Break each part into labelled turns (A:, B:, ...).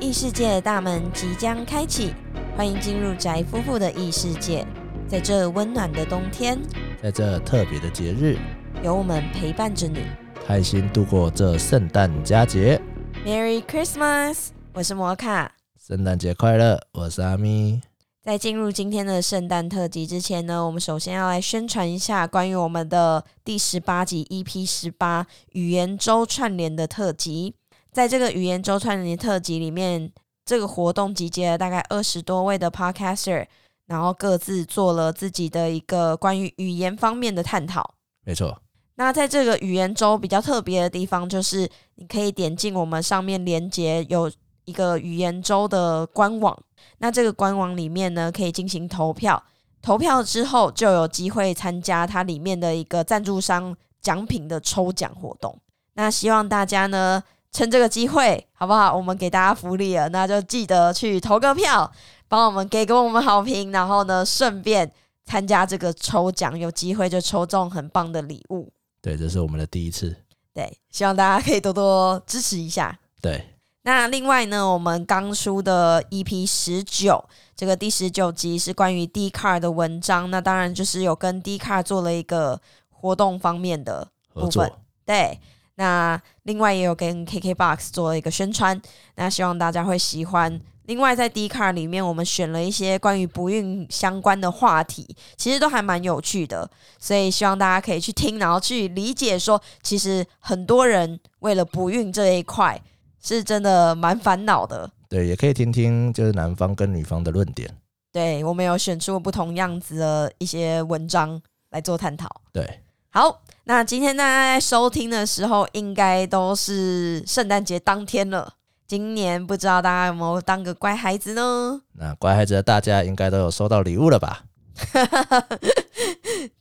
A: 异世界的大门即将开启，欢迎进入宅夫妇的异世界。在这温暖的冬天，
B: 在这特别的节日，
A: 有我们陪伴着你。
B: 开心度过这圣诞佳节。
A: Merry Christmas！我是摩卡。
B: 圣诞节快乐，我是阿咪。
A: 在进入今天的圣诞特辑之前呢，我们首先要来宣传一下关于我们的第十八集 EP 十八语言周串联的特辑。在这个语言周串联的特辑里面，这个活动集结了大概二十多位的 podcaster，然后各自做了自己的一个关于语言方面的探讨。
B: 没错，
A: 那在这个语言周比较特别的地方，就是你可以点进我们上面连接有一个语言周的官网。那这个官网里面呢，可以进行投票，投票之后就有机会参加它里面的一个赞助商奖品的抽奖活动。那希望大家呢趁这个机会，好不好？我们给大家福利了，那就记得去投个票，帮我们给给我们好评，然后呢顺便参加这个抽奖，有机会就抽中很棒的礼物。
B: 对，这是我们的第一次。
A: 对，希望大家可以多多支持一下。
B: 对，
A: 那另外呢，我们刚出的 EP 十九，这个第十九集是关于 D car 的文章，那当然就是有跟 D car 做了一个活动方面的
B: 合作
A: 部。对。那另外也有跟 KKBOX 做了一个宣传，那希望大家会喜欢。另外在 D car 里面，我们选了一些关于不孕相关的话题，其实都还蛮有趣的，所以希望大家可以去听，然后去理解说，其实很多人为了不孕这一块是真的蛮烦恼的。
B: 对，也可以听听就是男方跟女方的论点。
A: 对我们有选出不同样子的一些文章来做探讨。
B: 对，
A: 好，那今天大家在收听的时候，应该都是圣诞节当天了。今年不知道大家有没有当个乖孩子呢？
B: 那乖孩子的大家应该都有收到礼物了吧？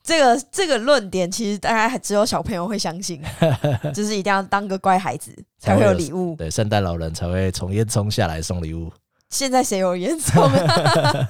A: 这个这个论点，其实大概还只有小朋友会相 信，就是一定要当个乖孩子才会有礼物。
B: 对，圣诞老人才会从烟囱下来送礼物。
A: 现在谁有严重、 啊？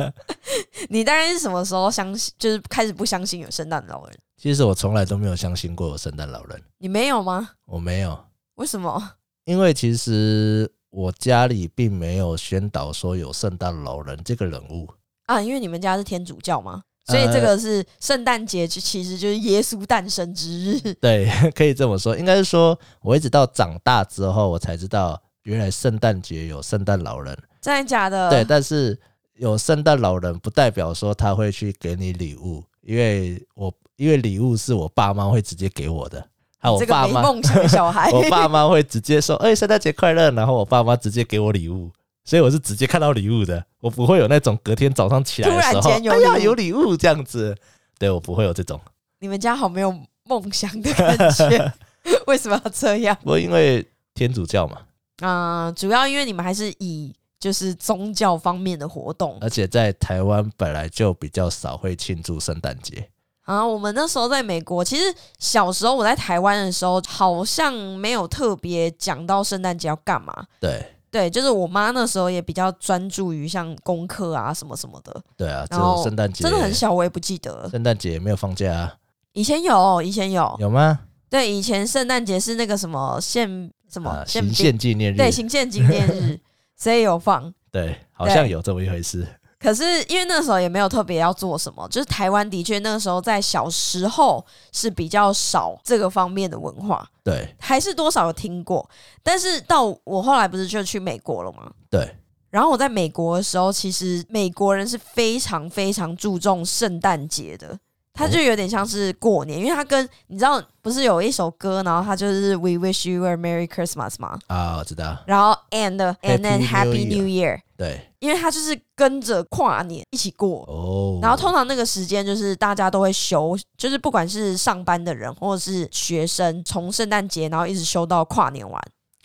A: 你大概是什么时候相信？就是开始不相信有圣诞老人？
B: 其实我从来都没有相信过有圣诞老人，
A: 你没有吗？
B: 我没有，
A: 为什么？
B: 因为其实我家里并没有宣导说有圣诞老人这个人物。
A: 啊，因为你们家是天主教嘛，所以
B: 呃
A: 这个是圣诞节，就其实就是耶稣诞生之日。
B: 对， 可以这么说，应该是说，我一直到长大之后，我才知道原来圣诞节有圣诞老人。
A: 真的假的？
B: 对，但是有圣诞老人不代表说他会去给你礼物，因为我因为礼物是我爸妈会直接给我的，还有我
A: 这个
B: 爸
A: 没
B: 妈，
A: 梦想的小孩，
B: 我爸妈会直接说，哎、圣诞节快乐，然后我爸妈直接给我礼物。所以我是直接看到礼物的，我不会有那种隔天早上起来的
A: 突然
B: 时候，
A: 间有
B: 哎呀
A: 礼物
B: 有礼物这样子，对我不会有这种。
A: 你们家好没有梦想的感觉， 为什么要这样？
B: 不过因为天主教嘛，
A: 啊、主要因为你们还是以就是宗教方面的活动
B: 而且在台湾本来就比较少会庆祝圣诞节，
A: 啊。我们那时候在美国，其实小时候我在台湾的时候，好像没有特别讲到圣诞节要干嘛。
B: 对
A: 对，就是我妈那时候也比较专注于像功课啊什么什么的，
B: 对啊，只
A: 然后
B: 有圣诞节，
A: 真的很小，我也不记得了。
B: 圣诞节没有放假啊，
A: 以前有，以前有，
B: 有吗？
A: 对，以前圣诞节是那个什么宪什么
B: 啊，
A: 宪
B: 行
A: 兵
B: 宪纪念日，
A: 对行宪纪念 日，所以有放。
B: 对，好像
A: 对
B: 有这么一回事，
A: 可是因为那时候也没有特别要做什么，就是台湾的确那个时候在小时候是比较少这个方面的文化，
B: 对
A: 还是多少有听过。但是到我后来不是就去美国了吗？
B: 对，
A: 然后我在美国的时候，其实美国人是非常非常注重圣诞节的，他就有点像是过年，因为他跟你知道不是有一首歌，然后他就是 We wish you a merry Christmas 嘛，
B: 啊，我知道，
A: 然后 and and then
B: Happy
A: Happy
B: New
A: New Year，
B: 对，
A: 因为他就是跟着跨年一起过。
B: 哦，
A: 然后通常那个时间就是大家都会休，就是不管是上班的人或者是学生，从圣诞节然后一直休到跨年完，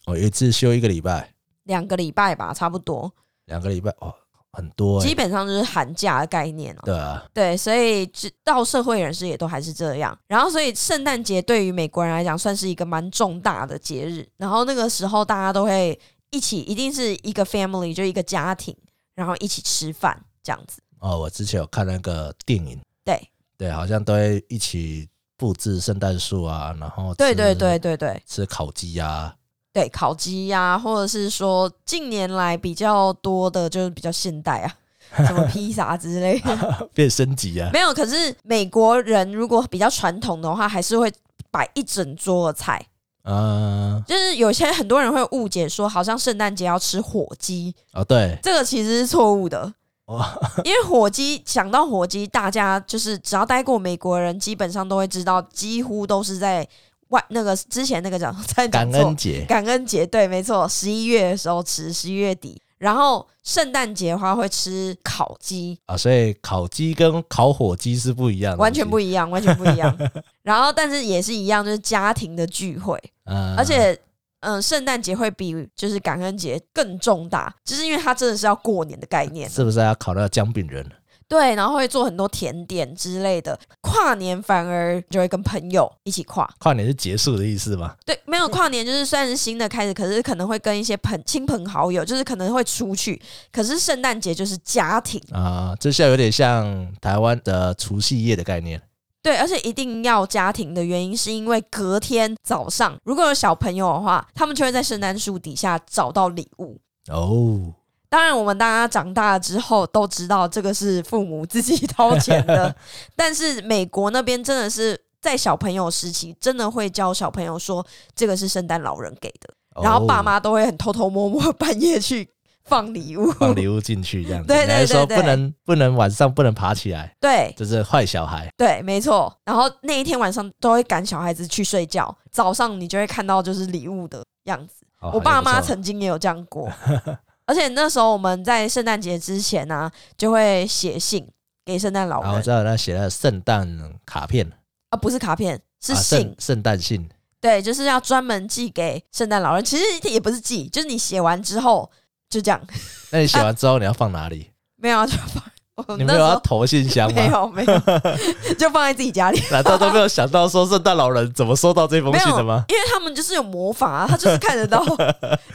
B: 我一次休一个礼拜，
A: 两个礼拜吧，差不多，
B: 两个礼拜，哦，很多欸，
A: 基本上就是寒假的概念哦、
B: 对啊，
A: 对，所以知到社会人士也都还是这样。然后，所以圣诞节对于美国人来讲算是一个蛮重大的节日。然后那个时候大家都会一起，一定是一个 family，就一个家庭，然后一起吃饭这样子。
B: 哦，我之前有看那个电影，
A: 对，
B: 对，好像都会一起布置圣诞树啊，然后
A: 对对
B: 吃
A: 对对对
B: 吃烤鸡啊，
A: 对烤鸡呀、或者是说近年来比较多的就是比较现代啊，什么披萨之类的。
B: 变升级啊。
A: 没有，可是美国人如果比较传统的话，还是会摆一整桌的菜。
B: 嗯，
A: 就是有些很多人会误解说，好像圣诞节要吃火鸡，
B: 哦，对，
A: 这个其实是错误的。
B: 哦
A: 因为火鸡想到火鸡，大家就是只要待过美国人，基本上都会知道，几乎都是在外那个之前那个叫在
B: 感
A: 讲错
B: 恩节
A: 感恩节，对，没错，十一月的时候吃，十一月底。然后圣诞节的话会吃烤鸡，
B: 啊，所以烤鸡跟烤火鸡是不一样的东西，
A: 完全不一样，完全不一样。然后，但是也是一样，就是家庭的聚会，
B: 嗯，
A: 而且，嗯、圣诞节会比就是感恩节更重大，就是因为它真的是要过年的概念，
B: 是不是要烤那个姜饼人？
A: 对，然后会做很多甜点之类的。跨年反而就会跟朋友一起跨，
B: 跨年是结束的意思吗？
A: 对，没有跨年就是算是新的开始，可是可能会跟一些朋亲朋好友，就是可能会出去。可是圣诞节就是家庭，
B: 啊、这下有点像台湾的除夕夜的概念。
A: 对，而且一定要家庭的原因，是因为隔天早上如果有小朋友的话，他们就会在圣诞树底下找到礼物。
B: 哦，
A: 当然，我们大家长大之后都知道这个是父母自己掏钱 的，但是美国那边真的是在小朋友时期，真的会教小朋友说这个是圣诞老人给的，然后爸
B: 哦
A: 妈都会很偷偷摸摸半夜去放礼物，
B: 放礼物进去这样子，
A: 对对
B: 你还说
A: 对对
B: 不能不能晚上不能爬起来，
A: 对
B: 这是坏小孩。
A: 对，没错。然后那一天晚上都会赶小孩子去睡觉，早上你就会看到就是礼物的样子。
B: 哦
A: 我爸妈
B: 还不错
A: 曾经也有这样过， 而且那时候我们在圣诞节之前呢、就会写信给圣诞老
B: 啊，我
A: 人
B: 知道他写了圣诞卡片，
A: 啊，不是卡片，是
B: 啊
A: 信，
B: 圣圣诞信，
A: 对，就是要专门寄给圣诞老人。其实也不是寄，就是你写完之后就这样，
B: 那你写完之后你要放哪里？
A: 没有啊就放。我
B: 你
A: 那
B: 没
A: 时
B: 有要
A: 候
B: 投信箱
A: 没
B: 吗？
A: 有没有， 就放在自己家里。
B: 难道都没有想到说圣诞老人怎么收到这封
A: 没
B: 信
A: 有
B: 的吗？
A: 因为他们就是有魔法、啊，他就是看得 到。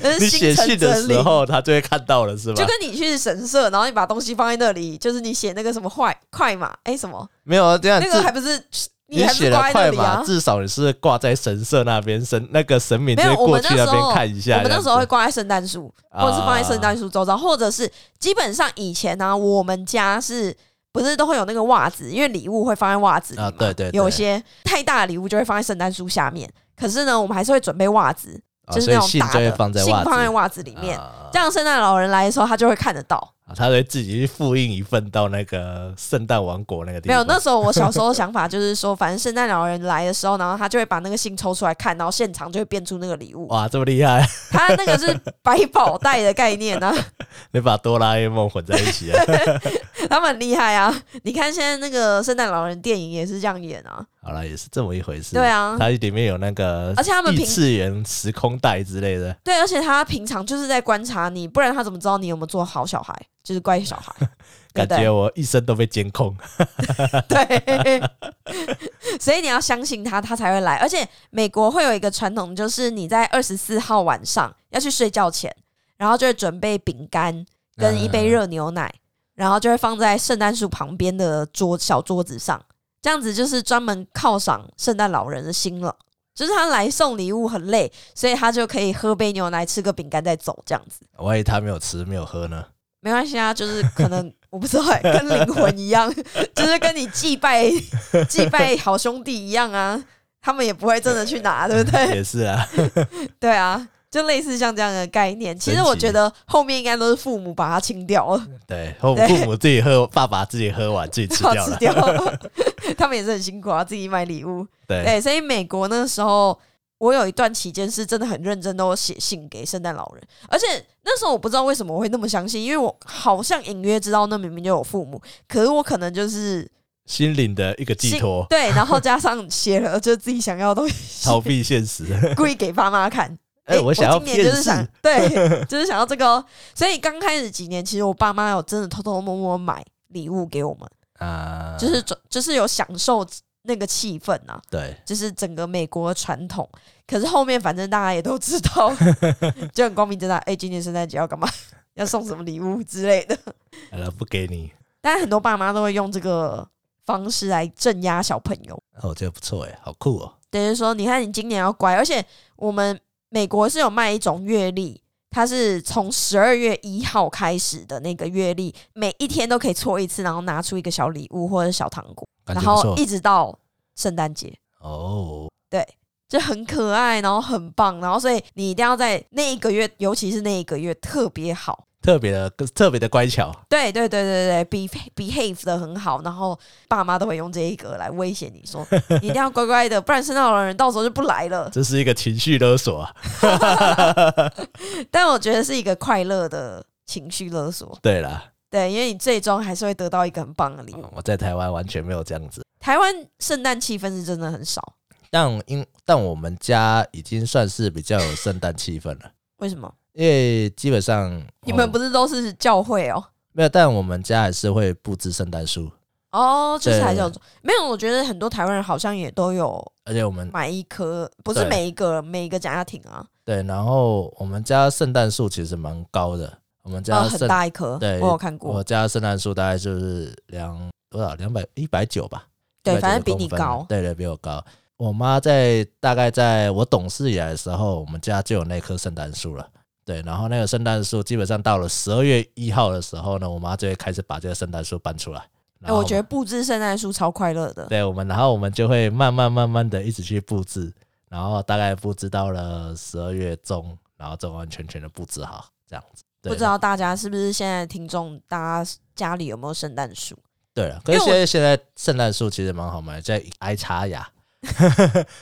A: 你
B: 你写信的时候他就会看到了是吧
A: 就？跟你去神社，然后你把东西放在那里，就是你写那个什么快快码，哎、什么
B: 没有啊，这样
A: 那个还
B: 至
A: 不是
B: 你
A: 还不
B: 写
A: 是
B: 了
A: 挂在那
B: 快
A: 里啊
B: 嘛，？至少你是挂在神社那边，神那个神明
A: 没
B: 就
A: 有，
B: 会
A: 我
B: 过
A: 们
B: 去
A: 那时
B: 那边
A: 候
B: 看一
A: 我
B: 下。
A: 们
B: 这
A: 那
B: 样
A: 时候
B: 子
A: 会挂在圣诞树，
B: 啊
A: 或者是放在圣诞树周遭，或者是基本上以前呢、我们家是不是都会有那个袜子？因为礼物会放在袜子里嘛
B: 啊对对对
A: 有些太大的礼物就会放在圣诞树下面。可是呢，我们还是会准备袜子，
B: 啊
A: 就是
B: 所以
A: 那种
B: 信
A: 大
B: 就会
A: 的，
B: 放在
A: 信
B: 袜子
A: 放在袜子里面，
B: 啊
A: 这样圣诞老人来的时候，他就会看得到。
B: 啊他会自己去复印一份到那个圣诞王国那个地
A: 没
B: 方。
A: 有，那时候我小时 候的想法就是说，反正圣诞老人来的时候，然后他就会把那个信抽出来看，然后现场就会变出那个礼物。
B: 哇，这么厉害！
A: 他那个是百宝袋的概念啊呢、
B: 你把哆啦 A 梦混在一起啊！
A: 他们很厉害啊！你看现在那个圣诞老人电影也是这样演啊，
B: 好了，也是这么一回事。
A: 对，啊，
B: 它里面有那个
A: 而且他们
B: 异
A: 平
B: 次元时空带之类的，
A: 对，而且他平常就是在观察你，不然他怎么知道你有没有做好小孩，就是乖小孩，对
B: 感
A: 不对
B: 觉我一生都被监 控。
A: 对，所以你要相信他，他才会来。而且美国会有一个传统，就是你在二十四号晚上要去睡觉前，然后就会准备饼干跟一杯热牛奶，然后就会放在圣诞树旁边的桌小桌子上，这样子就是专门犒赏圣诞老人的心了。就是他来送礼物很累，所以他就可以喝杯牛奶，吃个饼干再走，这样子
B: 我以为他没有吃没有喝呢。
A: 没关系啊。就是可能我不知道欸、跟灵魂一样， 就是跟你祭拜祭拜好兄弟一样啊，他们也不会真的去拿，对不对？
B: 也是啊，
A: 对啊，就类似像这样的概念。其实
B: 神奇
A: 我觉得后面应该都是父母把它清掉了，
B: 对，后
A: 对
B: 父母自己喝，爸爸自己喝完自己 吃
A: 把它
B: 掉
A: 吃
B: 了。
A: 掉 了。他们也是很辛苦啊，自己买礼物。
B: 对，
A: 对，所以美国那时候，我有一段期间是真的很认真，都有写信给圣诞老人。而且那时候我不知道为什么我会那么相信，因为我好像隐约知道那明明就有父母，可是我可能就是
B: 心灵的一个寄
A: 信
B: 托，
A: 对，然后加上写了就自己想要的东西，
B: 逃避现实。
A: 故意给爸妈看。
B: 哎、
A: 诶
B: 我想要
A: 今年就
B: 电
A: 是
B: 视
A: 想 对，就是想要这个、哦。所以刚开始几年，其实我爸妈有真的偷偷摸摸买礼物给我们，
B: 啊，
A: 就是就是有享受那个气氛啊。
B: 对，
A: 就是整个美国的传统。可是后面反正大家也都知道， 就很光明正大，哎、今年圣诞节要干嘛？ 要送什么礼物之类的。
B: 呃，不给你，
A: 但很多爸妈都会用这个方式来镇压小朋友，
B: 哦，我觉得不错哎，好酷哦，
A: 等于说，你看你今年要乖，而且我们美国是有卖一种月历，它是从十二月一号开始的那个月历，每一天都可以搓一次，然后拿出一个小礼物或者小糖果，
B: 感
A: 然
B: 觉不
A: 后
B: 错
A: 一直到圣诞节。
B: 哦。
A: 就很可爱，然后很棒，然后所以你一定要在那一个月，尤其是那一个月特别好。
B: 特别的特别的乖巧，
A: 对对对对对比，behave 的很好，然后爸妈都会用这一个来威胁你 说，你一定要乖乖的，不然圣诞老人到时候就不来了。
B: 这是一个情绪勒 索啊。
A: 但我觉得是一个快乐的情绪勒索，
B: 对啦，
A: 对，因为你最终还是会得到一个很棒的礼物。
B: 我在台湾完全没有这样子，
A: 台湾圣诞气氛是真的很少，
B: 但因但我们家已经算是比较有圣诞气氛了，
A: 为什么？
B: 因为基本上
A: 你们
B: 我
A: 不是都是教会哦？
B: 没有，但我们家还是会布置圣诞树，
A: 哦，就是还是有
B: 对
A: 没有？我觉得很多台湾人好像也都有
B: 而且我们
A: 买一棵，不是
B: 对
A: 每一个每一个家庭啊，
B: 对，然后我们家圣诞树其实蛮高的，我们
A: 呃，
B: 家
A: 很
B: 啊圣、
A: 大一棵，
B: 对
A: 我有看过
B: 我，家圣诞树大概就是两多少两百一百九吧，
A: 对，
B: 190
A: 反正比你
B: 公分
A: 高，
B: 对对，比我高。我妈在大概在我懂事以来的时候，我们家就有那棵圣诞树了。对，然后那个圣诞树基本上到了十二月一号的时候呢，我妈就会开始把这个圣诞树搬出来。
A: 哎、
B: 然后
A: 我觉得布置圣诞树超快乐 的，
B: 对我们，然后我们就会慢慢慢慢的一直去布置，然后大概布置到了十二月中，然后完完全全的布置好这样子。对
A: 不知道大家是不是现在的听众，大家家里有没有圣诞树？
B: 对啊了，可是
A: 因为我
B: 现在现在圣诞树其实蛮好买，在埃 查雅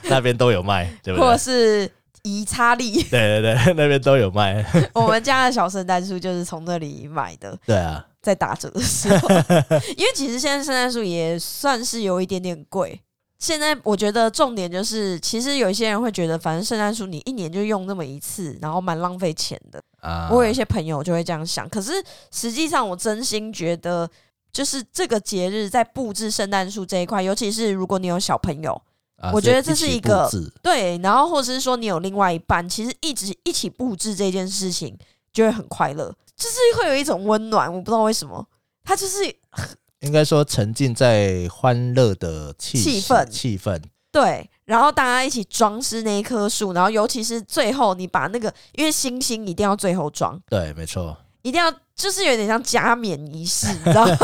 B: 那边都有卖，对不
A: 或者
B: 对？
A: 是宜差利，
B: 对对对，那边都 有卖。
A: 我们家的小圣诞树就是从这里买的，
B: 对啊，
A: 在打折的时候，因为其实现在圣诞树也算是有一点点贵。现在我觉得重点就是，其实有一些人会觉得，反正圣诞树你一年就用那么一次，然后蛮浪费钱的。
B: 啊，
A: 我有一些朋友就会这样想，可是实际上我真心觉得，就是这个节日在布置圣诞树这一块，尤其是如果你有小朋友，
B: 啊
A: 我觉得这
B: 一起
A: 是一个
B: 布置
A: 对，然后或者是说你有另外一半，其实一直一起布置这件事情就会很快乐，就是会有一种温暖，我不知道为什么，它就是
B: 应该说沉浸在欢乐的气息
A: 气氛
B: 气氛。
A: 对，然后大家一起装饰那一棵树，然后尤其是最后你把那个，因为星星一定要最后装，
B: 对，没错，
A: 一定要就是有点像加冕仪式，你知道吗？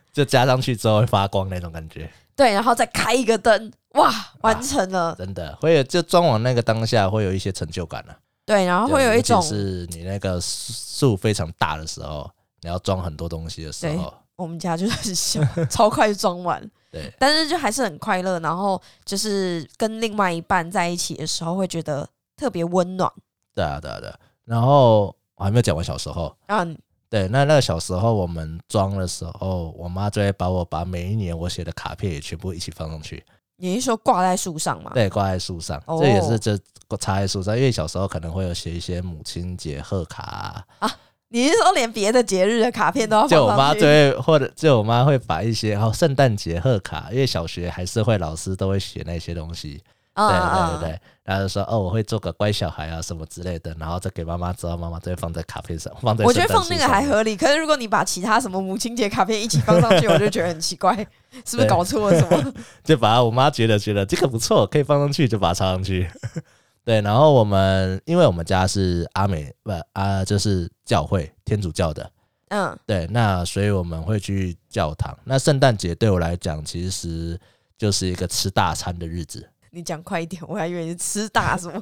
B: 就加上去之后会发光那种感觉，
A: 对，然后再开一个灯，哇，完成了，
B: 真的会有就装完那个当下会有一些成就感啊。
A: 对，然后哦会
B: 对
A: 有
B: 尤
A: 一
B: 其
A: 种
B: 是你那个树非常大的时候，你要装很多东西的时候，
A: 我们家就是很小，超快就装完，
B: 对，
A: 但是就还是很快乐，然后就是跟另外一半在一起的时候会觉得特别温暖，
B: 对啊，对啊，对啊。然后我还没有讲完小时候。
A: 嗯，
B: 对，那那个小时候我们装的时候，我妈就会把我把每一年我写的卡片也全部一起放上去。
A: 你是说挂在树上吗？
B: 对，挂在树上，
A: 啊哦
B: 这也是这插在树上，因为小时候可能会有写一些母亲节贺卡、啊，
A: 你是说连别的节日的卡片都要
B: 就
A: 放
B: 我
A: 上
B: 妈
A: 去
B: 就会或者就我妈会把一些哦圣诞节贺卡，因为小学还是会老师都会写那些东西，
A: 嗯
B: 对
A: 嗯
B: 对对对，然后就说哦我会做个乖小孩啊什么之类的，然后再给妈妈知道，妈妈就会放在卡片上，放在
A: 我觉得
B: 圣诞
A: 放那个
B: 树上
A: 还
B: 面
A: 合理，可是如果你把其他什么母亲节卡片一起放上去，我就觉得很奇怪，是不是
B: 对
A: 搞错了什 么？
B: 就把我妈觉得觉得这个不错，可以放上去，就把它插上去。 对，然后我们因为我们家是阿美不啊、就是教会天主教的，
A: 嗯，
B: 对，那所以我们会去教堂。那圣诞节对我来讲，其实就是一个吃大餐的日子，
A: 你讲快一点，我还以为你吃大什么。啊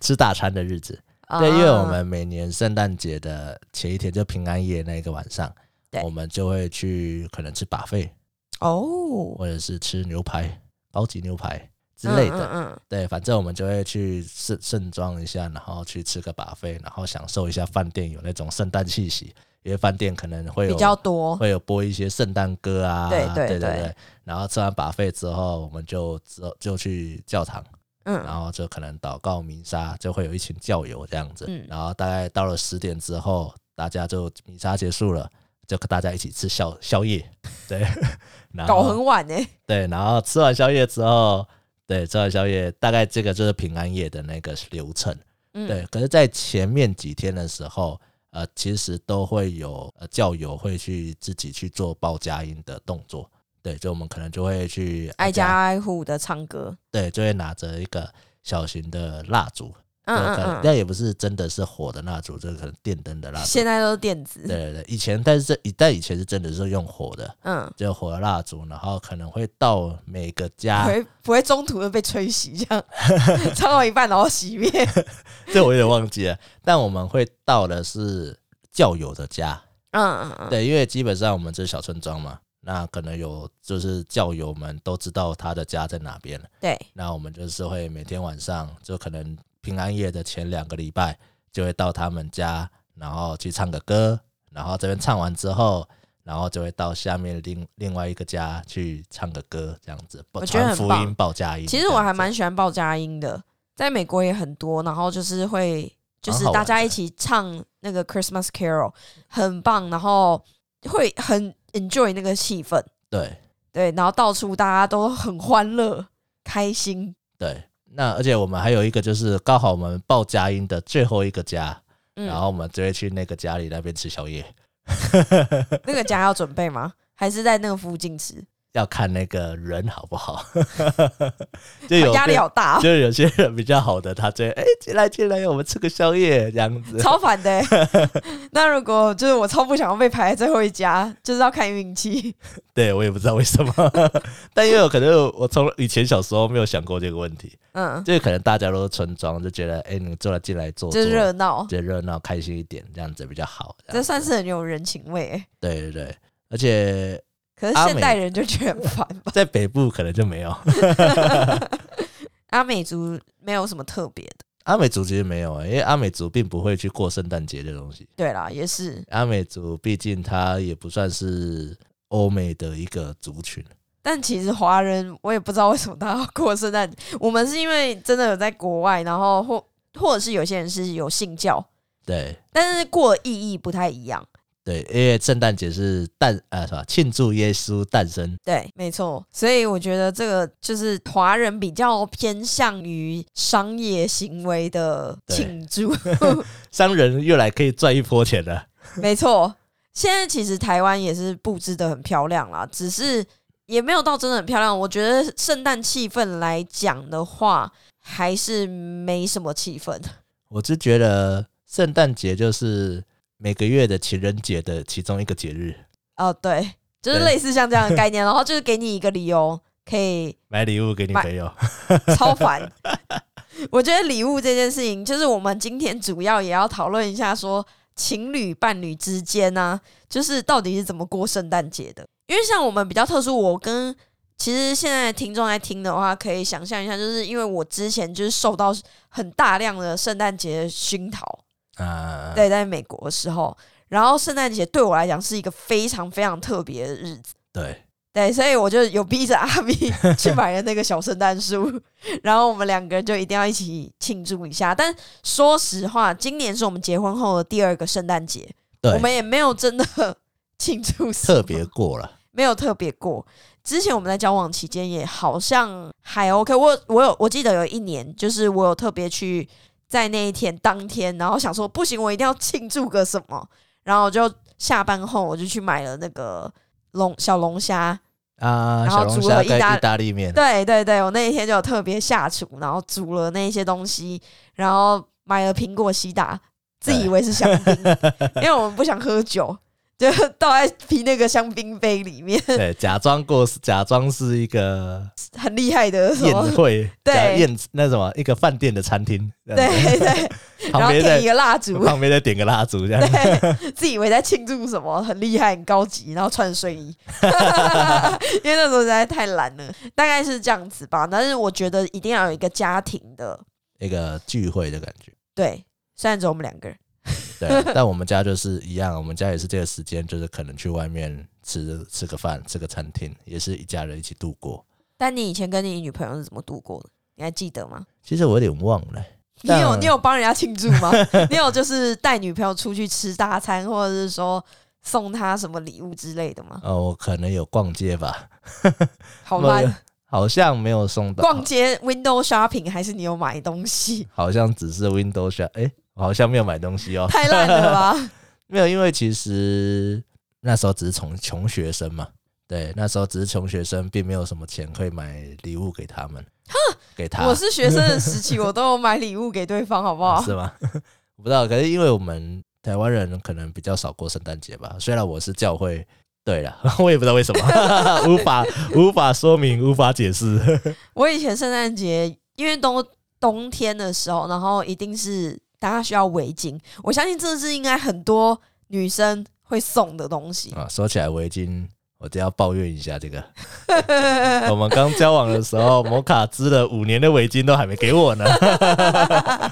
B: 吃大餐的日子。
A: 哦
B: 对，因为我们每年圣诞节的前一天，就平安夜那一个晚上
A: 对，
B: 我们就会去可能吃把费，
A: 啊哦
B: 或者是吃牛排、高级牛排之类的。
A: 嗯嗯嗯
B: 对，反正我们就会去盛盛装一下，然后去吃个把费，然后享受一下饭店有那种圣诞气息，因为饭店可能会有
A: 比较多，
B: 会有播一些圣诞歌啊，
A: 对对
B: 对
A: 对
B: 然后吃完把费之后，我们就之后就去教堂，
A: 嗯
B: 然后就可能祷告弥撒，就会有一群教友这样子。
A: 嗯
B: 然后大概到了十点之后，大家就弥撒结束了，就跟大家一起吃宵宵夜，对，然
A: 搞
B: 后
A: 很晚欸呢、
B: 对，然后吃完宵夜之后，对，吃完宵夜大概这个就是平安夜的那个流程。
A: 嗯，
B: 对，可是，在前面几天的时候，呃，其实都会有呃教友会去自己去做报佳音的动作。对，就我们可能就会去
A: 挨家，挨户的唱歌，
B: 对，就会拿着一个小型的蜡烛，
A: 嗯
B: 对可
A: 嗯
B: 能
A: 嗯，
B: 那也不是真的是火的蜡烛，这可能电灯的蜡烛。
A: 现在都是电子，
B: 对对对，以前但是这一但以前是真的是用火的，
A: 嗯，
B: 就火的蜡烛，然后可能会到每个家
A: 不，会不会中途的被吹熄，这样唱到一半然后熄灭，
B: 这我有点忘记了，但我们会到的是教友的家，
A: 嗯嗯嗯，
B: 对，因为基本上我们这是小村庄嘛，那可能有就是教友们都知道他的家在哪边了，
A: 对，
B: 那我们就是会每天晚上就可能平安夜的前两个礼拜就会到他们家，然后去唱个歌，然后这边唱完之后。然后就会到下面另另外一个家去唱个歌，这样子，
A: 我觉得
B: 传
A: 很
B: 福
A: 棒
B: 音报佳音这样子。
A: 其实我还蛮喜欢报佳音的，在美国也很多，然后就是会就是
B: 蛮好玩的
A: 大家一起唱那个 Christmas Carol，很棒，然后会很 enjoy 那个气氛，
B: 对，
A: 对，然后到处大家都很欢乐开心，
B: 对，那而且我们还有一个就是刚好我们报佳音的最后一个家，
A: 嗯，
B: 然后我们就会去那个家里那边吃宵夜，
A: 那个家要准备吗？还是在那个附近吃？
B: 要看那个人好不好， 就有
A: 压力好大、 哦，
B: 就有些人比较好的，他就会哎、进来进来，我们吃个宵夜这样子。
A: 超烦的欸、那如果就是我超不想要被排在最后一家，就是要看运 气。
B: 对我也不知道为什么， 但因为我可能我从以前小时候没有想过这个问题，
A: 嗯，
B: 就是可能大家都是村庄，就觉得哎、你坐来进来坐坐
A: 就，热闹，
B: 就热闹开心一点，这样子比较好。这
A: 这
B: 样子
A: 算是很有人情味、欸。
B: 对对对，而且
A: 可是
B: 阿
A: 现
B: 美
A: 代人就觉得很烦吧。
B: 在北部可能就没有。
A: 阿美族没有什么特别的。
B: 阿美族其实没有、欸，因为阿美族并不会去过圣诞节这东西。
A: 对啦，也是，
B: 阿美族毕竟它也不算是欧美的一个族群，
A: 但其实华人我也不知道为什么大家要过圣诞。我们是因为真的有在国外，然后或或者是有些人是有信教，
B: 对
A: 但是过的意义不太一样。
B: 对，因为圣诞节是诞呃什么庆祝耶稣诞生，
A: 对，没错，所以我觉得这个就是华人比较偏向于商业行为的
B: 对
A: 庆祝。
B: 商人又来可以赚一波钱了。
A: 没错，现在其实台湾也是布置的很漂亮啦，只是也没有到真的很漂亮。我觉得圣诞气氛来讲的话，还是没什么气氛。
B: 我是觉得圣诞节就是每个月的情人节的其中一个节日，
A: 哦，对，就是
B: 对
A: 类似像这样的概念，然后就是给你一个理由可以
B: 买礼物给你
A: 买
B: 朋友。
A: 超烦。我觉得礼物这件事情，就是我们今天主要也要讨论一下说情侣伴侣之间呢、就是到底是怎么过圣诞节的。因为像我们比较特殊，我跟其实现在听众在听的话，可以想象一下，就是因为我之前就是受到很大量的圣诞节熏陶，
B: 啊、
A: 对，在美国的时候，然后圣诞节对我来讲是一个非常非常特别的日子。
B: 对
A: 对，所以我就有逼着阿 咪去买了那个小圣诞树，然后我们两个人就一定要一起庆祝一下。但说实话，今年是我们结婚后的第二个圣诞节，
B: 对，
A: 我们也没有真的庆祝什么
B: 特别过了。
A: 没有特别过。之前我们在交往期间也好像还 OK，我有我有我记得有一年，就是我有特别去在那一天当天，然后想说不行，我一定要庆祝个什么，然后我就下班后我就去买了那个龙小龙虾。
B: 啊，
A: 然后
B: 小龙
A: 煮了
B: 虾
A: 意
B: 跟
A: 大
B: 意大利面，
A: 对对对，我那一天就有特别下厨，然后煮了那些东西，然后买了苹果西打，自以为是香槟， 因为我们不想喝酒，就倒在啤那个香槟杯里面，
B: 对，假装过假装是一个
A: 很厉害的什么
B: 宴。会，
A: 对
B: 假宴那什么一个饭店的餐厅，这样子
A: 对 对，然
B: 旁
A: 后
B: 边
A: 点一
B: 再
A: 个蜡烛，
B: 旁边再点个蜡烛这样子，
A: 对，自以为在庆祝什么，很厉害、很高级，然后穿着睡衣， 因为那时候实在太懒了，大概是这样子吧。但是我觉得一定要有一个家庭的，
B: 一个聚会的感觉。
A: 对，虽然只有我们两个人，
B: 对啊，但我们家就是一样，我们家也是这个时间，就是可能去外面吃吃个饭，吃个餐厅，也是一家人一起度过。
A: 但你以前跟你女朋友是怎么度过的？你还记得吗？
B: 其实我有点忘了，
A: 你有
B: 但
A: 你有帮人家庆祝 吗？你有就是带女朋友出去吃大餐，或者是说送她什么礼物之类的吗？
B: 呃，我可能有逛街吧，
A: 好烂，
B: 好像没有送到，
A: 逛街 window shopping 还是你有买东西？
B: 好像只是 Windows shop，哎、我好像没有买东西哦，
A: 太烂了吧！
B: 没有，因为其实那时候只是穷穷学生嘛，对，那时候只是穷学生，并没有什么钱可以买礼物给他们。给 他，
A: 我是学生的时期，我都有买礼物给对方，好不好？
B: 是吗？我不知道，可是因为我们台湾人可能比较少过圣诞节吧，虽然我是教会。对了， 我也不知道为什么，无法 无法说明，无法解释。
A: 我以前圣诞节，因为冬冬天的时候，然后一定是大家需要围巾，我相信这是应该很多女生会送的东西。
B: 啊，说起来围巾，我就要抱怨一下这个。 我们刚交往的时候，摩卡织了五年的围巾都还没给我呢，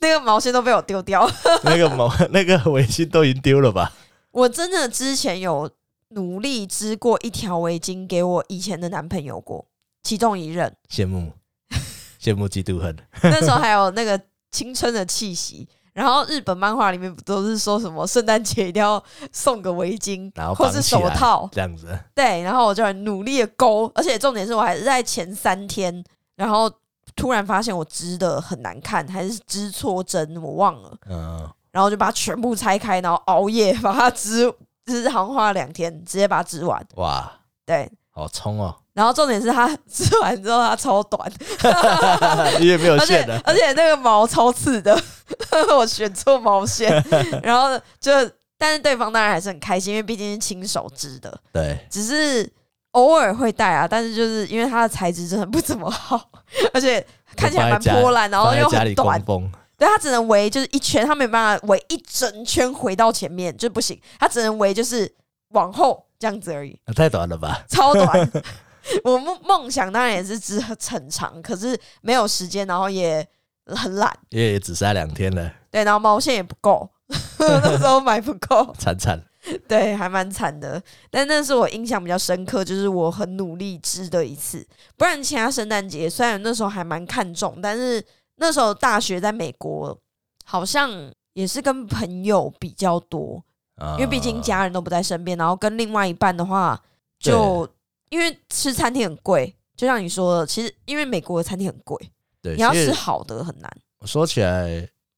A: 那个毛线都被我丢掉了。
B: 那个毛 那个围巾都已经丢了吧？
A: 我真的之前有努力织过一条围巾给我以前的男朋友过，其中一 任。
B: 羡慕，羡慕嫉妒恨。
A: 那时候还有那个青春的气息。然后日本漫画里面不都是说什么圣诞节一定要送个围巾
B: 然后
A: 或
B: 绑
A: 是
B: 起来
A: 手套？
B: 这样子，
A: 对，然后我就很努力的勾，而且重点是我还是在前三天，然后突然发现我织的很难看，还是织错针，我忘了，
B: 嗯，
A: 然后就把它全部拆开，然后熬夜 把它织织，好像花了两天，直接把它织完。
B: 哇，
A: 对，
B: 好冲哦，
A: 然后重点是它织完之后它超短，
B: 因为没有
A: 而且
B: 线的，
A: 而且那个毛超刺的， 我选错毛 线，然后就但是对方当然还是很开心，因为毕竟是亲手织的，
B: 对，
A: 只是偶尔会戴啊，但是就是因为它的材质真的不怎么好， 而且看起来蛮
B: 放在家
A: 破烂，然后
B: 放在
A: 又
B: 家
A: 很
B: 里
A: 短
B: 供，奉，
A: 对，它只能围就是一圈，它没办法围一整圈回到前面，就不行，它只能围就是往后这样子而已，
B: 那太短了吧？
A: 超短。 我梦梦想当然也是织很长，可是没有时间，然后也很懒，
B: 因为也只剩下两天了，
A: 对，然后毛线也不够， 那时候买不够，
B: 惨惨。
A: 对，还蛮惨的。但那是我印象比较深刻，就是我很努力织的一次。不然其他圣诞节虽然那时候还蛮看重，但是那时候大学在美国，好像也是跟朋友比较多，
B: 啊
A: 因为毕竟家人都不在身边，然后跟另外一半的话，就因为吃餐厅很贵。就像你说的，其实因为美国的餐厅很贵，
B: 对，
A: 你要
B: 因为
A: 吃好的很难。
B: 说起来，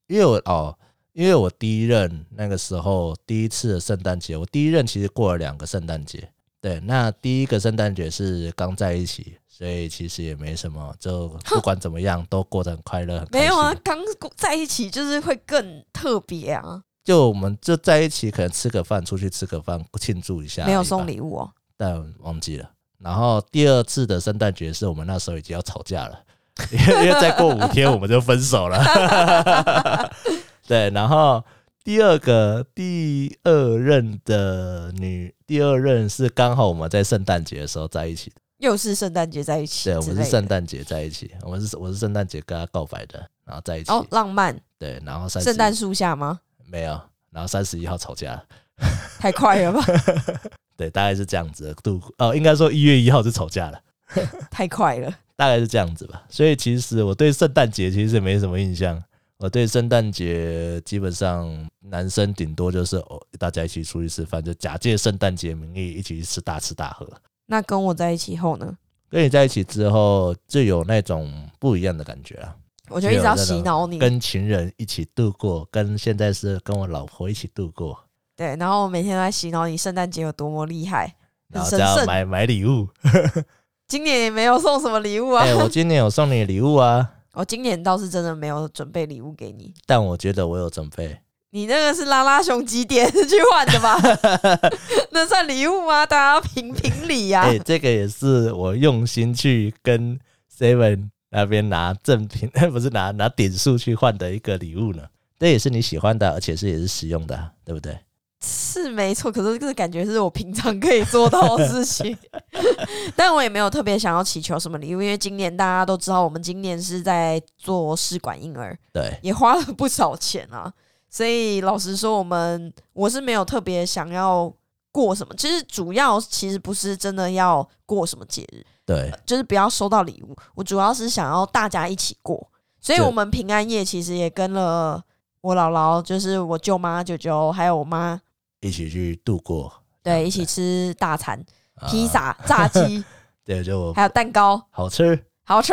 B: 因为我哦，因为我第一任那个时候第一次的圣诞节，我第一任其实过了两个圣诞节。对，那第一个圣诞节是刚在一起，所以其实也没什么，就不管怎么样都过得很快乐，很开
A: 没有啊
B: 心，
A: 刚在一起就是会更特别啊。
B: 就我们就在一起，可能吃个饭，出去吃个饭，庆祝一下。
A: 没有送，礼物哦，
B: 但忘记了。然后第二次的圣诞节是我们那时候已经要吵架了， 因为因为再过五天我们就分手了。 对，然后第二个第二任的女，第二任是刚好我们在圣诞节的时候在一起的，
A: 又是圣诞节在一起之
B: 对，
A: 类
B: 我
A: 的，
B: 们是圣诞节在一起，我们是我是圣诞节跟她告白的，然后在一起，
A: 哦，浪漫
B: 对，然后三
A: 圣诞树下吗？
B: 没有，然后三十一号吵架了，
A: 太快 了吧，
B: 对，大概是这样子的度，哦，应该说一月一号就吵架了。
A: 太快了。
B: 大概是这样子吧。所以其实我对圣诞节其实没什么印象。我对圣诞节基本上男生顶多就是哦，大家一起出去吃饭，就假借圣诞节名义一起去吃大吃大喝。
A: 那跟我在一起后呢，
B: 跟你在一起之后，就有那种不一样的感觉啊，
A: 我就一直要洗脑你，
B: 跟情人一起度过，跟现在是跟我老婆一起度过，
A: 对，然后我每天都在洗脑你圣诞节有多么厉害。
B: 然后
A: 很神
B: 再要
A: 圣
B: 买买礼物。
A: 今年也没有送什么礼物啊，
B: 哎、我今年有送你礼物啊，
A: 我哦今年倒是真的没有准备礼物给你。
B: 但我觉得我有准备。
A: 你那个是拉拉熊几点 去换的吧？那算礼物吗？大家要评评理呀、
B: 哎、这个也是我用心去跟 Seven 那边拿赠品， 不是拿拿点数去换的一个礼物呢。这也是你喜欢的，而且是也是实用的啊，对不对？
A: 是没错，可是这个感觉是我平常可以做到的事情， 但我也没有特别想要祈求什么礼物，因为今年大家都知道，我们今年是在做试管婴儿，
B: 对，
A: 也花了不少钱啊，所以老实说，我们我是没有特别想要过什么，其实主要其实不是真的要过什么节日，
B: 对，
A: 就是不要收到礼物，我主要是想要大家一起过，所以
B: 对
A: 我们平安夜其实也跟了我姥姥，就是我舅妈、舅舅还有我妈。
B: 一起去度过
A: 对，一起吃大餐，
B: 啊
A: 披萨、炸 鸡，
B: 对，就
A: 还有蛋糕，
B: 好吃。
A: 好 吃。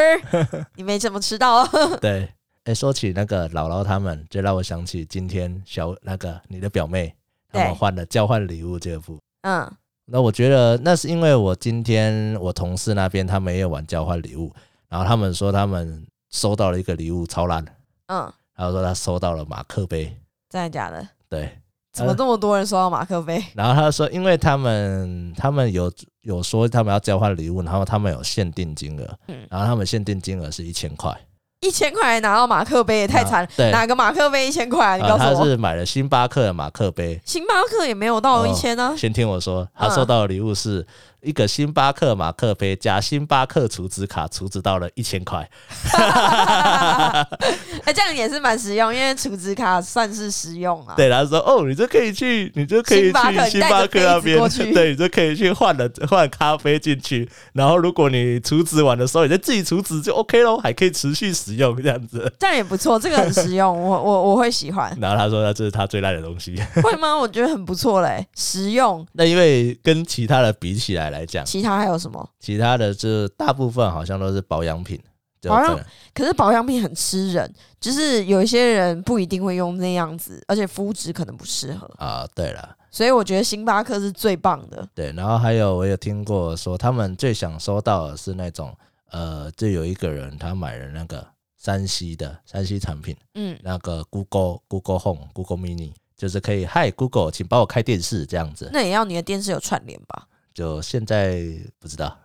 A: 你没怎么吃到啊，
B: 对，哎、说起那个姥姥他们，就让我想起今天小那个你的表妹，他们
A: 对
B: 换了交换礼物这个部
A: 嗯，
B: 那我觉得那是因为我今天我同事那边他们也有玩交换礼物，然后他们说他们收到了一个礼物超烂，
A: 嗯，
B: 然后说他收到了马克杯，
A: 真的假的？
B: 对，
A: 怎
B: 呃
A: 么这么多人收到马克杯？
B: 然后他说，因为他们他们有有说他们要交换礼物，然后他们有限定金额，
A: 嗯
B: 然后他们限定金额是一千块，
A: 一千块拿到马克杯也太惨了，
B: 啊对
A: 哪个马克杯一千块啊？你
B: 然后
A: 告
B: 他
A: 诉我，
B: 是买了星巴克的马克杯。
A: 星巴克也没有到
B: 哦
A: 一千啊呢。
B: 先听我说，
A: 嗯
B: 他收到的礼物是一个星巴克马克杯加星巴克储值卡，储值到了一千块。
A: 哎，这样也是蛮实用，因为储值卡算是实用啊。
B: 对，他说：“哦，你就可以去，你就可以
A: 星巴克
B: 去星巴克
A: 你带着
B: 那边
A: 杯子过，去
B: 对，你就可以去换了换咖啡进去。然后如果你储值完的时候，你再自己储值就 OK 咯，还可以持续使用这样子。”，
A: 这样也不错，这个很实用，我我我会喜欢
B: 然后他说他这是他最烂的东西。
A: 会吗？我觉得很不错嘞，实用。
B: 那因为跟其他的比起来来讲，
A: 其他还有什么？
B: 其他的就是大部分好像都是保养品，就
A: 保
B: 可
A: 养
B: 能
A: 可是保养品很吃人，就是有一些人不一定会用那样子，而且肤质可能不适合，
B: 啊、对了。
A: 所以我觉得星巴克是最棒的。
B: 对，然后还有我有听过说，他们最想收到的是那种，呃，就有一个人他买了那个山西的山西产品，
A: 嗯，
B: 那个 Google Google Home Google Mini，就是可以嗨 Google，请帮我开电视这样子。
A: 那也要你的电视有串联吧？
B: 就现在不知 道，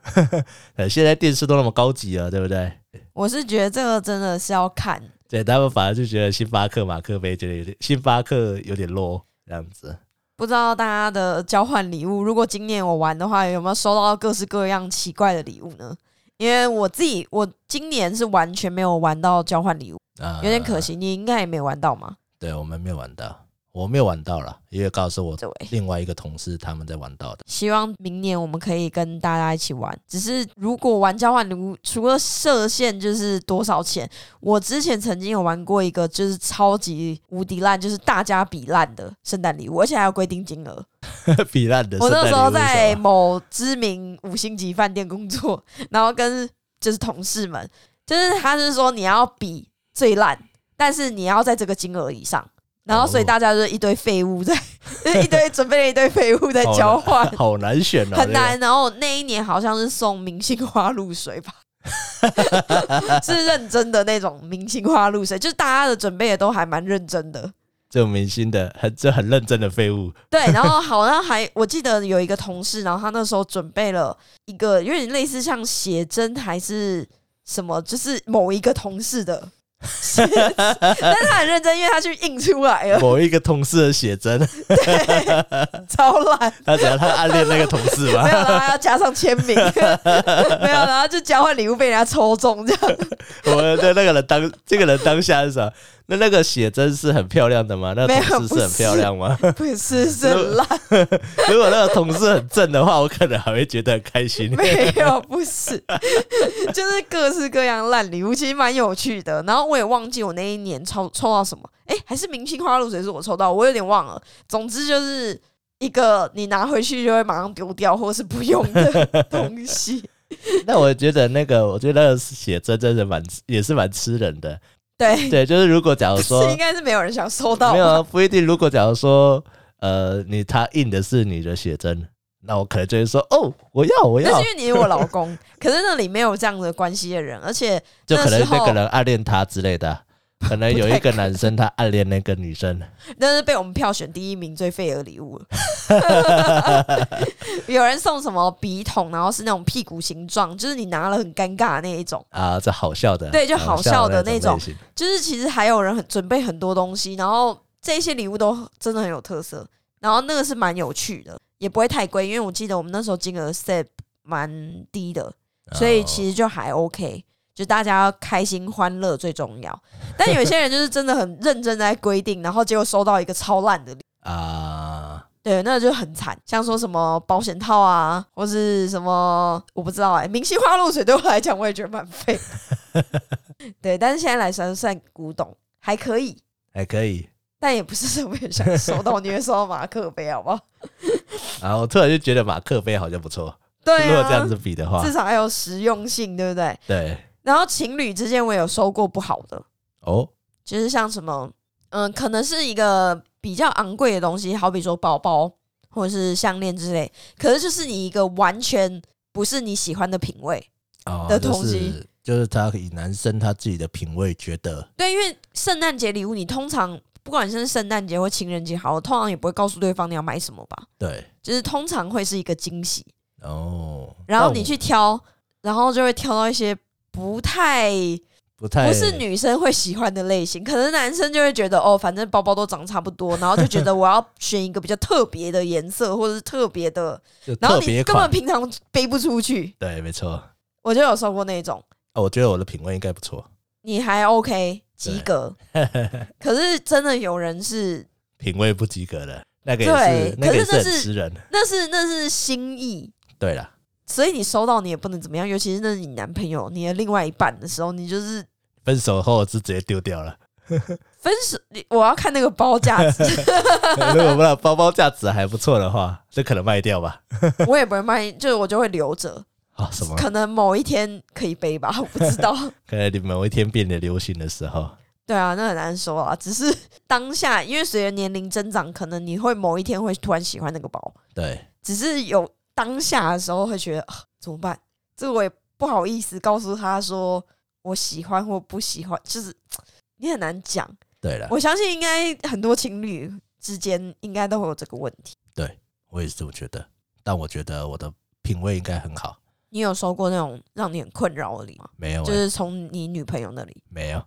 B: 呃现在电视都那么高级了，对不对？
A: 我是觉得这个真的是要看，
B: 对他们反而就觉得星巴克马克杯觉得有点星巴克有点弱这样子。
A: 不知道大家的交换礼物，如果今年我玩的话，有没有收到各式各样奇怪的礼物呢？因为我自己，我今年是完全没有玩到交换礼物，
B: 啊，
A: 有点可。惜。你应该也没有玩到嘛，
B: 对我们没有玩到，我没有玩到了，因为告诉我
A: 这位。
B: 另外一个同事他们在玩到的。
A: 希望明年我们可以跟大家一起玩。只是如果玩交换礼物，除了设限就是多少钱，我之前曾经有玩过一个，就是超级无敌烂，就是大家比烂的圣诞礼物，而且还有规定金额。
B: 比烂的
A: 我
B: 圣
A: 那时
B: 诞礼物是什么。
A: 候在某知名五星级饭店工作，然后跟就是同事们，就是他是说你要比最烂，但是你要在这个金额以上。然后，所以
B: 哦
A: 大家就是一堆废物在， 一堆准备了一堆废物在
B: 好
A: 交
B: 难
A: 换，
B: 好难选哦，
A: 很难。然后那一年好像是送明星花露水吧， 是认真的那种明星花露水，就是大家的准备也都还蛮认真的。
B: 这个。这种明星的很这很认真的废 物，
A: 对，然后好像还我记得有一个同事，然后他那时候准备了一个有点类似像写真还是什么，就是某一个同事的写真，但是他很认真，因为他去印出来了，
B: 某一个同事的写真，
A: 超烂，
B: 他怎样？他暗恋那个同事
A: 没
B: 吗？
A: 有，然后还要加上签名， 没有，然后就交换礼物被人家抽中这样。
B: 我的那个人当这个人当下是啥？那那个写真是很漂亮的吗？那个
A: 没有
B: 同事
A: 不
B: 是很
A: 是
B: 漂亮吗？
A: 不是是很烂，
B: 如果那个同事很正的话，我可能还会觉得很开心。
A: 没有不是，就是各式各样烂礼物，其实蛮有趣的。然后我也忘记我那一年抽抽到什么，诶，还是明星花露水是我抽到，我有点忘了。总之就是一个你拿回去就会马上丢掉或是不用的东 西。
B: 那我觉得那个，我觉得那个写真真的蛮也是蛮吃人的。
A: 对，
B: 对，就是如果假如
A: 是
B: 说
A: 应该是没有人想收到吧，
B: 没有啊，不一定。如果假如说呃，你他印的是你的写真，那我可能就会说哦，我要我
A: 那
B: 要
A: 是，因为你是我老公，可是那里没有这样的关系的人，而且
B: 就可能
A: 那时候
B: 那个人暗恋他之类的啊。可能有一个男生他暗恋那个女生，
A: 那是被我们票选第一名最废的礼物了。 有人送什么笔筒，然后是那种屁股形状，就是你拿了很尴尬的那一种。
B: 啊，这好笑的，
A: 对就好笑的
B: 那
A: 那种
B: 类型
A: 就是其实还有人很准备很多东西，然后这些礼物都真的很有特色。然后那个是蛮有趣的，也不会太贵，因为我记得我们那时候金额 set 蛮低的，所以其实就还 OK。就大家开心欢乐最重要，但有些人就是真的很认真在规定，然后结果收到一个超烂的礼物
B: 啊，
A: 对，那就很惨，像说什么保险套啊，或是什么我不知道哎、明星花露水对我来讲，我也觉得蛮废。 对，但是现在来算算古董还可以，
B: 还可以
A: 但也不是什么人想收到，你会收到马克杯好不好？
B: 啊。我突然就觉得马克杯好像不错，
A: 对
B: 如果这样
A: 啊
B: 子，比的话
A: 至，少还有实用性，对不对？
B: 对
A: 然后情侣之间我也有收过不好的，
B: 哦，
A: 就是像什么，嗯、可能是一个比较昂贵的东西，好比说包包或者是项链之类，可是就是你一个完全不是你喜欢的品味。
B: 哦
A: 的
B: 就
A: 东
B: 是
A: 西
B: 就是他以男生他自己的品味觉得，
A: 对，因为圣诞节礼物你通常不管是圣诞节或情人节，好，通常也不会告诉对方你要买什么吧，
B: 对，
A: 就是通常会是一个惊喜，
B: 哦，
A: 然后你
B: 但我
A: 去挑，然后就会挑到一些不太
B: 不太
A: 不是女生会喜欢的类型，可能男生就会觉得哦，反正包包都长差不多，然后就觉得我要选一个比较特别的颜色或者是特别 的，
B: 就
A: 然后
B: 特
A: 你
B: 别
A: 根本
B: 款，
A: 平常背不出去。
B: 对，没错、啊
A: 我就有收过那种，
B: 我觉得我的品味应该不错，
A: 你还 OK 及格， 可是真的有人是
B: 品味不及格的那个
A: 对
B: 也是，那个
A: 可
B: 也
A: 是那
B: 很
A: 是
B: 吃人。
A: 那是那是心意，
B: 对了，
A: 所以你收到你也不能怎么样，尤其是那是你男朋友、你的另外一半的时候，你就是
B: 分手后就直接丢掉了。
A: 分手。你我要看那个包价值，
B: 如果不然包包价值还不错的话，就可能卖掉吧。
A: 我也不会卖，就是我就会留着，
B: 啊，什么？
A: 可能某一天可以背吧， 我不知 道。
B: 可能你某一天变得流行的时候，
A: 对啊，那很难说啊。只是当下，因为随着年龄增长，可能你会某一天会突然喜欢那个包，
B: 对，
A: 只是有当下的时候会觉得、啊、怎么办？这我也不好意思告诉他说我喜欢或不喜欢，就是你很难讲。
B: 对了，
A: 我相信应该很多情侣之间应该都会有这个问题。
B: 我也是这么觉得。但我觉得我的品味应该很好，
A: 你有收过那种让你很困扰的礼吗？
B: 没有、欸，
A: 就是从你女朋友那里，
B: 没有。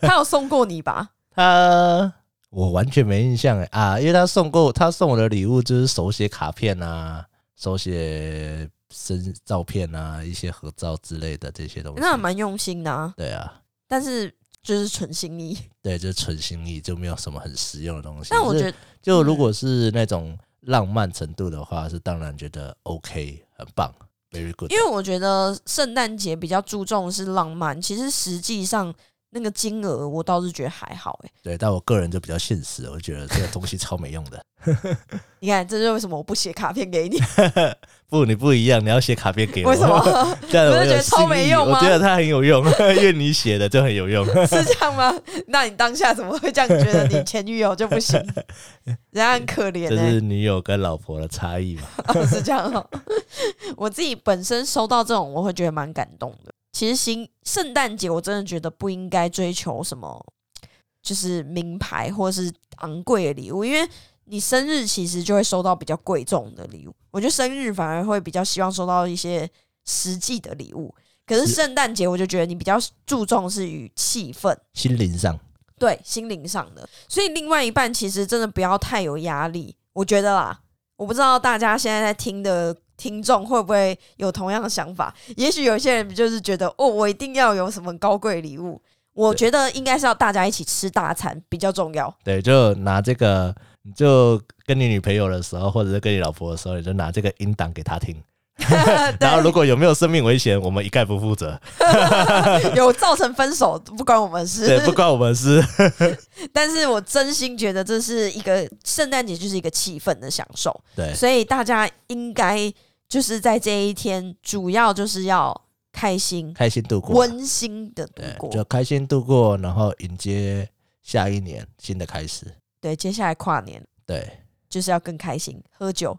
A: 她有送过你吧？
B: 他我完全没印象哎啊，因为他送过他送我的礼物就是手写卡片啊，手写生照片啊，一些合照之类的这些东西。
A: 那蛮用心的啊，
B: 对啊，
A: 但是就是纯心意。
B: 对，就是纯心意，就没有什么很实用的东西。
A: 但我
B: 就是
A: 觉得，
B: 就如果是那种浪漫程度的话，是当然觉得 OK，很棒，very good。
A: 因为我觉得圣诞节比较注重的是浪漫，其实实际上那个金额我倒是觉得还好、欸。
B: 对，但我个人就比较现实，我觉得这个东西超没用的。
A: 你看，这就是为什么我不写卡片给
B: 哎
A: 你？
B: 不，你不一样，你要写卡片给我。
A: 为什？ 么
B: 这样
A: 不是觉
B: 我有
A: 得超
B: 心
A: 没
B: 意
A: 用
B: 我
A: 吗
B: 觉得它很有用，因为你写的就很有用。
A: 是这样吗？那你当下怎么会这样觉得你前女友就不 行？人家很可怜、
B: 这
A: 欸，
B: 是女友跟老婆的差异嘛？
A: 哦， 是这样哦。我自己本身收到这种，我会觉得蛮感动的。其实新圣诞节，我真的觉得不应该追求什么，就是名牌或是昂贵的礼物，因为你生日其实就会收到比较贵重的礼物。我觉得生日反而会比较希望收到一些实际的礼物，可是
B: 是
A: 圣诞节我就觉得你比较注重是与气氛。
B: 心灵上，
A: 对心灵上的，所以另外一半其实真的不要太有压力，我觉得啦，我不知道大家现在在听的听众会不会有同样的想法，也许有些人就是觉得哦，我一定要有什么高贵礼物，我
B: 对
A: 觉得应该是要大家一起吃大餐比较重 要，
B: 对，就拿这个，你就跟你女朋友的时候，或者是跟你老婆的时候，你就拿这个音档给她听。然后如果有没有生命危险，我们一概不 负责，
A: 有造成分手不关我们
B: 对，
A: 事，
B: 不关我 们事。
A: 但是我真心觉得这是一个圣诞节就是一个气氛的享受，
B: 对，
A: 所以大家应该就是在这一天主要就是要开心。
B: 开心度过，
A: 温馨的度
B: 对，
A: 过。
B: 就开心度过，然后迎接下一年新的开始。
A: 对，接下来跨年
B: 对，
A: 就是要更开心，喝 酒，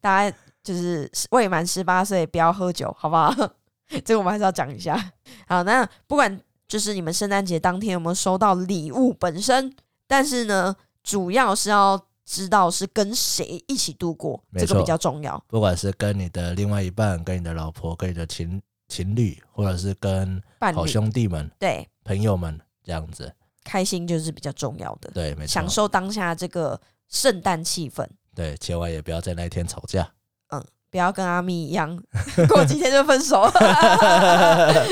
A: 大家就是未满十八岁不要喝酒，好不好？ 这个我们还是要讲一下。好，那不管就是你们圣诞节当天有没有收到礼物本身，但是呢，主要是要知道是跟谁一起度过，
B: 没
A: 这
B: 错
A: 个比较重要。
B: 不管是跟你的另外一半、跟你的老婆、跟你的情情侣，或者是跟
A: 伴
B: 好
A: 侣
B: 兄弟们、
A: 对
B: 朋友们这样子，
A: 开心就是比较重要的，
B: 对，没错
A: 享，受当下这个圣诞气氛。
B: 对，千万也不要在那一天吵架。
A: 不要跟阿咪一样， 过几天就分手 了。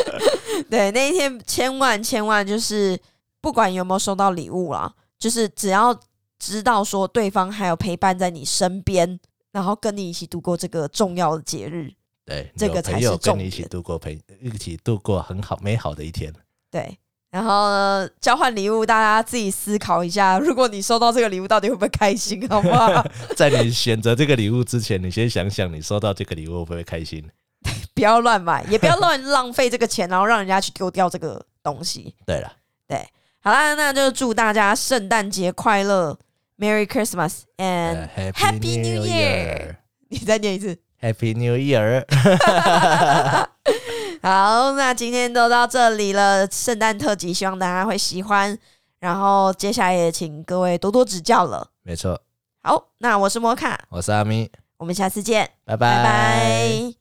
A: 对，那一天千万千万就是，不管有没有收到礼物啦，就是只要知道说对方还有陪伴在你身边，然后跟你一起度过这个重要的节日。
B: 对，
A: 这个
B: 有
A: 才
B: 朋
A: 是
B: 友
A: 重
B: 跟你一起
A: 点
B: 度过陪一起度过很好美好的一天。
A: 对，然后呢，交换礼物，大家自己思考一下，如果你收到这个礼物，到底会不会开心，好不好？
B: 在你选择这个礼物之前，你先想想你收到这个礼物会不会开心？
A: 不要乱买，也不要乱浪费这个钱，然后让人家去丢掉这个东西。
B: 对了，
A: 好啦，那就祝大家圣诞节快乐，Merry Christmas
B: 呃
A: and Happy New Year 你再念一次。
B: Year，Happy New Year。
A: 好，那今天都到这里了，圣诞特辑，希望大家会喜欢。然后接下来也请各位多多指教了。
B: 没错，
A: 好，那我是摩卡，
B: 我是阿咪，
A: 我们下次见，
B: 拜
A: 拜
B: 拜
A: 拜